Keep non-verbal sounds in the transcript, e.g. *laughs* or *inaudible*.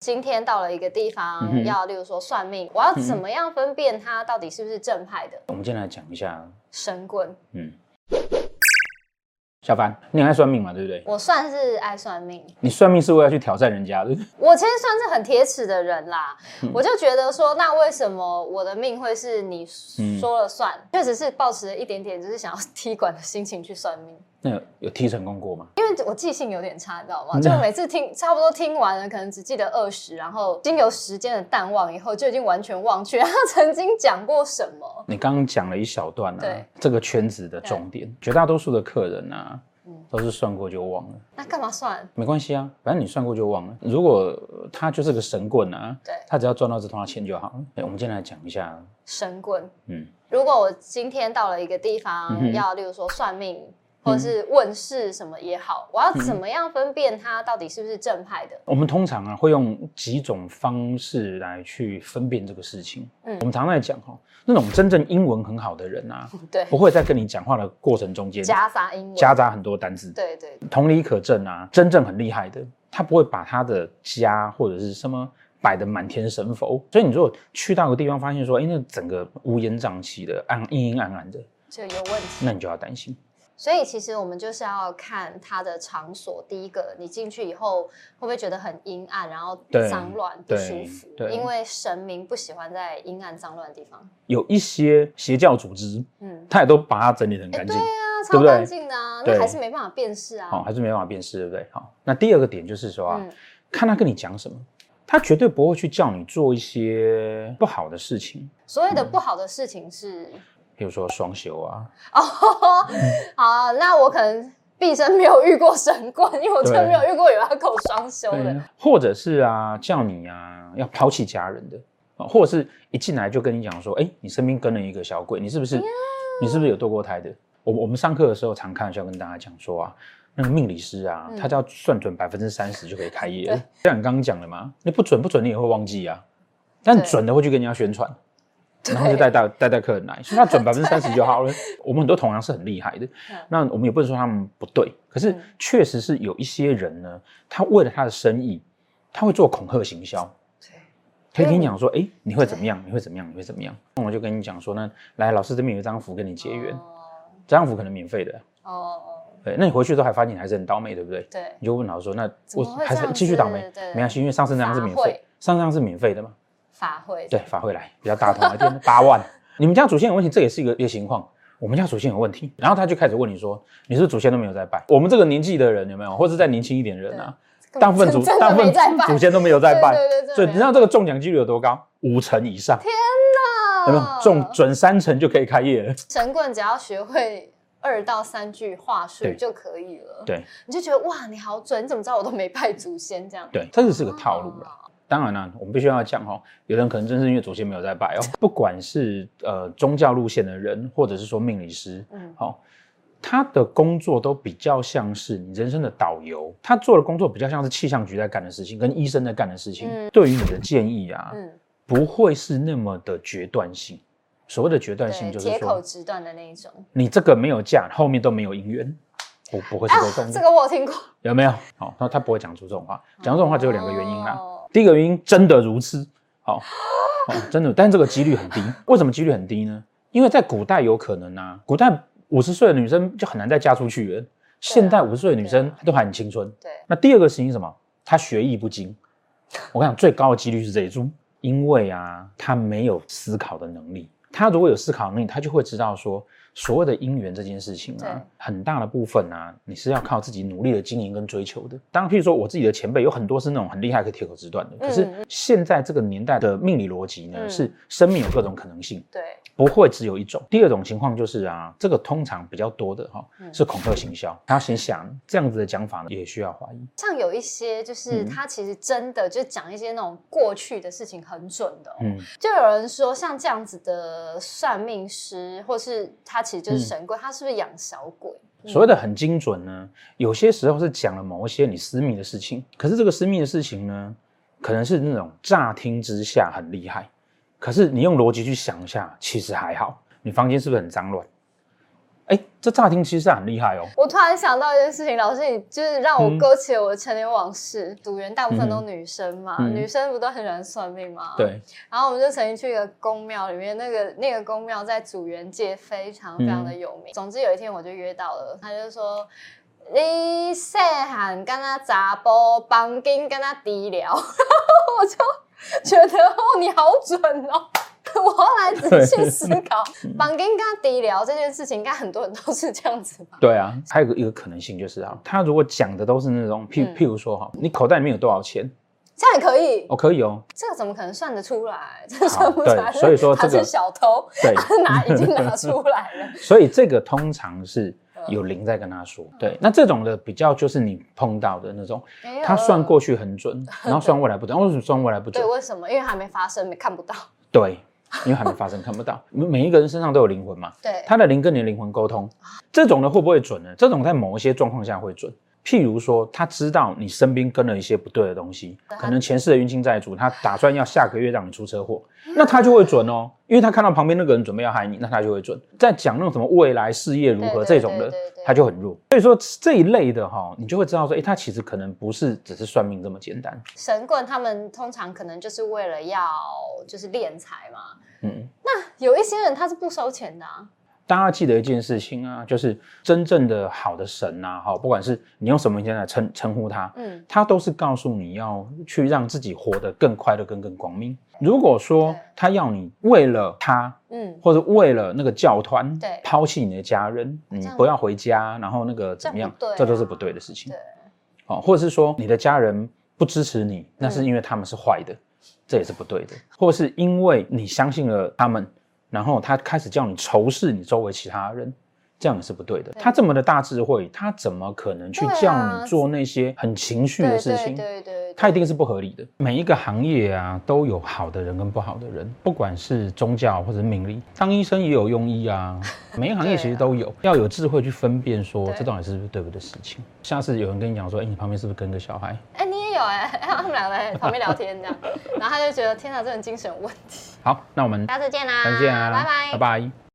今天到了一个地嗯方，哼嗯要例如说算命，我要怎么样分辨他到底是不是正派的我们先来讲一下，神棍？嗯，小凡，你很爱算命嘛，对不对？我算是爱算命，你算命是为了去挑战人家，对不对？我其实算是很铁齿的人啦，嗯我就觉得说，那为什么我的命会是你说了算？嗯确实是抱持了一点点就是想要踢馆的心情去算命，那有有踢成功过吗？因为我记性有点差，你知道吗？嗯就每次听差不多听完了，可能只记得二十，然后经由时间的淡忘以后，就已经完全忘却 *laughs* 他曾经讲过什么。你刚刚讲了一小段啊对，这个圈子的重点，绝大多数的客人啊，都是算过就忘了，那干嘛算？没关系啊，反正你算过就忘了。如果呃他就是个神棍啊，对他只要赚到这通的钱就好了。哎，我们今天来讲一下，神棍。嗯，如果我今天到了一个地方，嗯哼要例如说算命或者是问世什么也嗯好，我要怎么样分辨他到底是不是正派的？我们通常啊会用几种方式来去分辨这个事情。嗯嗯，我们常在讲哈、那种真正英文很好的人啊，对， *laughs* 不会在跟你讲话的过程中间夹杂英文，夹杂很多单字。对对同理可证啊，真正很厉害的，他不会把他的家或者是什么摆得满天神佛。所以你如果去到个地方，发现说，哎，那整个乌烟瘴气的，暗阴阴暗暗的，就有问题。那你就要担心。所以其实我们就是要看它的场所。第一个，你进去以后会不会觉得很阴暗，然后对脏乱不对舒服？对因为神明不喜欢在阴暗脏乱的地方。有一些邪教组织，嗯，他也都把它整理得很哎、干对净。啊，对超不对干净的啊，那对哦还是没办法辨识啊。好、还是没办法辨识，对不对？好、那第二个点就是说啊，嗯看他跟你讲什么，他绝对不会去叫你做一些不好的事情，所谓的不好的事情是，比如说双休啊， *laughs* 哦，好，那我可能毕生没有遇过神棍，因为我真的对没有遇过有要跟我双休对的。啊，或者是啊，叫你啊要抛弃家人的，啊或者是一进来就跟你讲说，哎，你身边跟了一个小鬼，你是不是你是不是有堕过胎的？我我们上课的时候常开玩笑跟大家讲说啊。那个命理师啊，嗯他只要算准百分之三十就可以开业对了。像你刚刚讲的嘛，你不准不准你也会忘记啊，但对准的会去跟人家宣传。对然后就带到带带客人来，所以他准百分之三十就 *laughs* 好了。我们很多同行是很厉害的嗯，那我们也不能说他们不对，可是嗯确实是有一些人呢，他为了他的生意，他会做恐吓行销，对，他会跟你讲说，哎，你会怎么样？你会怎么样？你会怎么样？那我就跟你讲说呢，来，老师这边有一张符跟你结缘，哦这张符可能免费的，哦哦，对，那你回去之后还发现你还是很倒霉，对不对？对，你就问老师说，那怎我么会还这是样继续倒霉子对，没关系，因为上次那张是免法费会，上次那张是免费的嘛，法会对，法会来比较大同一点，*laughs* 八万。你们家祖先有问题，这也是一个一个情况。我们家祖先有问题，然后他就开始问你说，你是不是祖先都没有在拜？我们这个年纪的人有没有，或者再年轻一点的人啊，根大部分真祖真大的部没分在拜，祖先都没有在拜，对对对，所以你知道这个中奖几率有多高？五成以上，啊有没有？中准三成就可以开业了。哦神棍只要学会二到三句话术对就可以了。对，你就觉得哇，你好准，你怎么知道我都没拜祖先这样？对，这个是个套路啊啦。当然啦、我们必须要讲哦，有人可能真是因为祖先没有在拜哦。不管是呃宗教路线的人，或者是说命理师，嗯好、他的工作都比较像是你人生的导游，他做的工作比较像是气象局在干的事情，跟医生在干的事情。嗯对于你的建议啊，嗯，不会是那么的决断性。所谓的决断性，对，就是铁口说直断的那一种。你这个没有嫁，后面都没有姻缘，不不会是这种，啊这个我有听过，有没有？好、他他不会讲出这种话，讲出这种话只有两个原因啦、哦第一个原因真的如此，好、哦，真的，但这个几率很低。为什么几率很低呢？因为在古代有可能啊，古代五十岁的女生就很难再嫁出去了，现代五十岁的女对生啊都还很青春。对，那第二个事情是什么？她学艺不精。我跟你讲，最高的几率是这一种，因为啊，她没有思考的能力。她如果有思考能力，她就会知道说，所谓的姻缘这件事情对啊，很大的部分啊，你是要靠自己努力的经营跟追求的。当然，譬如说我自己的前辈有很多是那种很厉害可以铁口直断的，可是现在这个年代的命理逻辑呢，嗯是生命有各种可能性。对，不会只有一种。第二种情况就是啊，这个通常比较多的哈、嗯是恐吓行销，他要先想这样子的讲法呢，也需要怀疑。像有一些就是嗯他其实真的就讲一些那种过去的事情很准的哦、嗯，就有人说像这样子的算命师，或是他其实嗯就是神棍，他是不是养小鬼？所谓的很精准呢，有些时候是讲了某一些你私密的事情，可是这个私密的事情呢，可能是那种乍听之下很厉害，可是你用逻辑去想一下，其实还好。你房间是不是很脏乱？哎，这乍听其实很厉害哦。我突然想到一件事情，老师，你就是让我勾起了我的成年往事。组员大部分都女生嘛，嗯嗯女生不都很喜欢算命吗？。对，然后我们就曾经去一个宫庙里面，那个那个宫庙在组员界非常非常的嗯有名。总之有一天我就约到了，他就说。你细汉跟他查甫，房间跟他低 *laughs* 聊，然后我就觉得哦，你好准哦！我后来仔细思 *laughs* 考，嗯房间跟他低聊这件事情，应该很多人都是这样子吧？对啊，还有一个一个可能性就是啊，他如果讲的都是那种，譬嗯譬如说哈，你口袋里面有多少钱？这样也可以，哦，可以哦，这个怎么可能算得出来？这算不出来。对所以说这个他是小偷，对，他 *laughs* 拿已经拿出来了。所以这个通常是有灵在跟他说。对，那这种的比较就是你碰到的那种，没有啊他算过去 *laughs* 很准，然后算未来不准，为什么算未来不准对，？为什么？因为还没发生，没看不到。对，因为还没发生，看不到。 *laughs* 每每一个人身上都有灵魂嘛， *laughs* 对，他的灵跟你的灵魂沟通，这种的会不会准呢？这种在某一些状况下会准。譬如说，他知道你身边跟了一些不对的东西，可能前世的冤亲债主，他打算要下个月让你出车祸，嗯那他就会准哦，因为他看到旁边那个人准备要害你，那他就会准。在讲那种什么未来事业如何对对这种的对对，对他就很弱。所以说这一类的哈、你就会知道说，诶，他其实可能不是只是算命这么简单。神棍他们通常可能就是为了要就是敛财嘛。嗯，有一些人他是不收钱的、啊，大家记得一件事情啊，就是真正的好的神呐、啊，哈，不管是你用什么名字来称称呼他，嗯，他都是告诉你要去让自己活得更快乐、更更光明。如果说对他要你为了他，嗯，或者为了那个教团，对抛弃你的家人，你样不要回家，然后那个怎么样，这样不对啊这都是不对的事情。对，哦，或者是说你的家人不支持你，那嗯是因为他们是坏的，这也是不对的。或是因为你相信了他们，然后他开始叫你仇视你周围其他人，这样也是不对的。对他这么的大智慧，他怎么可能去对啊叫你做那些很情绪的对事对情？对对对，它一定是不合理的。每一个行业啊，都有好的人跟不好的人，不管是宗教或者命理，当医生也有庸医啊，每一个行业其实 *laughs* 都有，要有智慧去分辨说啊对这到底是不是对不对的事情。下次有人跟你讲说，哎、你旁边是不是跟个小孩？哎、你也有哎、 *laughs* 他们两个在旁边聊天这样，然后他就觉得天哪，这人精神有问题。好，那我们下次见啦，再见啊，拜拜拜。拜。